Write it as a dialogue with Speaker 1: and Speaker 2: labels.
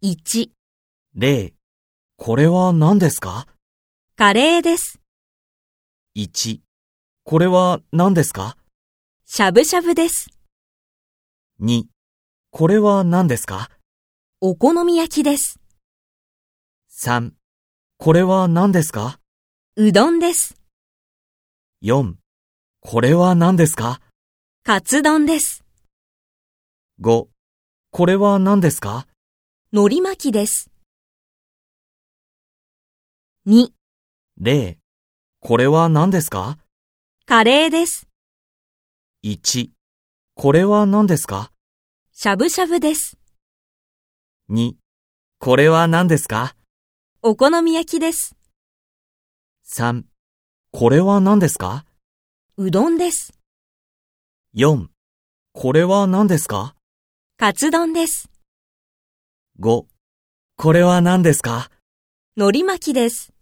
Speaker 1: 1、
Speaker 2: 0これは何ですか
Speaker 1: カレーです。
Speaker 2: ?1 これは何ですか
Speaker 1: しゃぶしゃぶです。
Speaker 2: ?2 これは何ですか
Speaker 1: お好み焼きです。
Speaker 2: ?3 これは何ですか
Speaker 1: うどんです。
Speaker 2: ?4 これは何ですか
Speaker 1: カツ丼です。
Speaker 2: ?5 これは何ですか
Speaker 1: 海苔巻きです。2、
Speaker 2: ?0 これは何ですか
Speaker 1: カレーです。
Speaker 2: ?1 これは何ですか
Speaker 1: しゃぶしゃぶです。
Speaker 2: ?2 これは何ですか
Speaker 1: お好み焼きです。
Speaker 2: ?3 これは何ですか
Speaker 1: うどんです。
Speaker 2: ?4 これは何ですか
Speaker 1: カツ丼です。
Speaker 2: ?5 これは何ですか
Speaker 1: 海苔巻きです。